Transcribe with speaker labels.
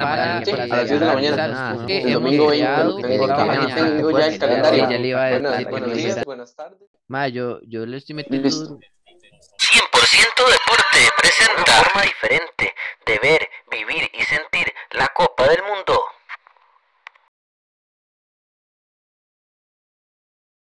Speaker 1: Ah, para,
Speaker 2: sí,
Speaker 1: para
Speaker 2: a las 10 de la mañana.
Speaker 1: ¿sabes?
Speaker 3: Ah,
Speaker 1: que
Speaker 2: el
Speaker 1: hemos
Speaker 2: domingo 20,
Speaker 1: creado
Speaker 2: tengo-
Speaker 1: desde la
Speaker 2: tengo-
Speaker 1: mañana.
Speaker 2: tengo ya el
Speaker 1: Ya-
Speaker 2: calendario.
Speaker 1: ya le iba a
Speaker 2: Buenas,
Speaker 1: decir que
Speaker 2: buenos
Speaker 1: me
Speaker 2: días,
Speaker 1: meta-
Speaker 2: buenas tardes.
Speaker 1: Ma, yo, yo le estoy metiendo
Speaker 2: Listo.
Speaker 4: 100% Deporte presenta una forma diferente de ver, vivir y sentir la Copa del Mundo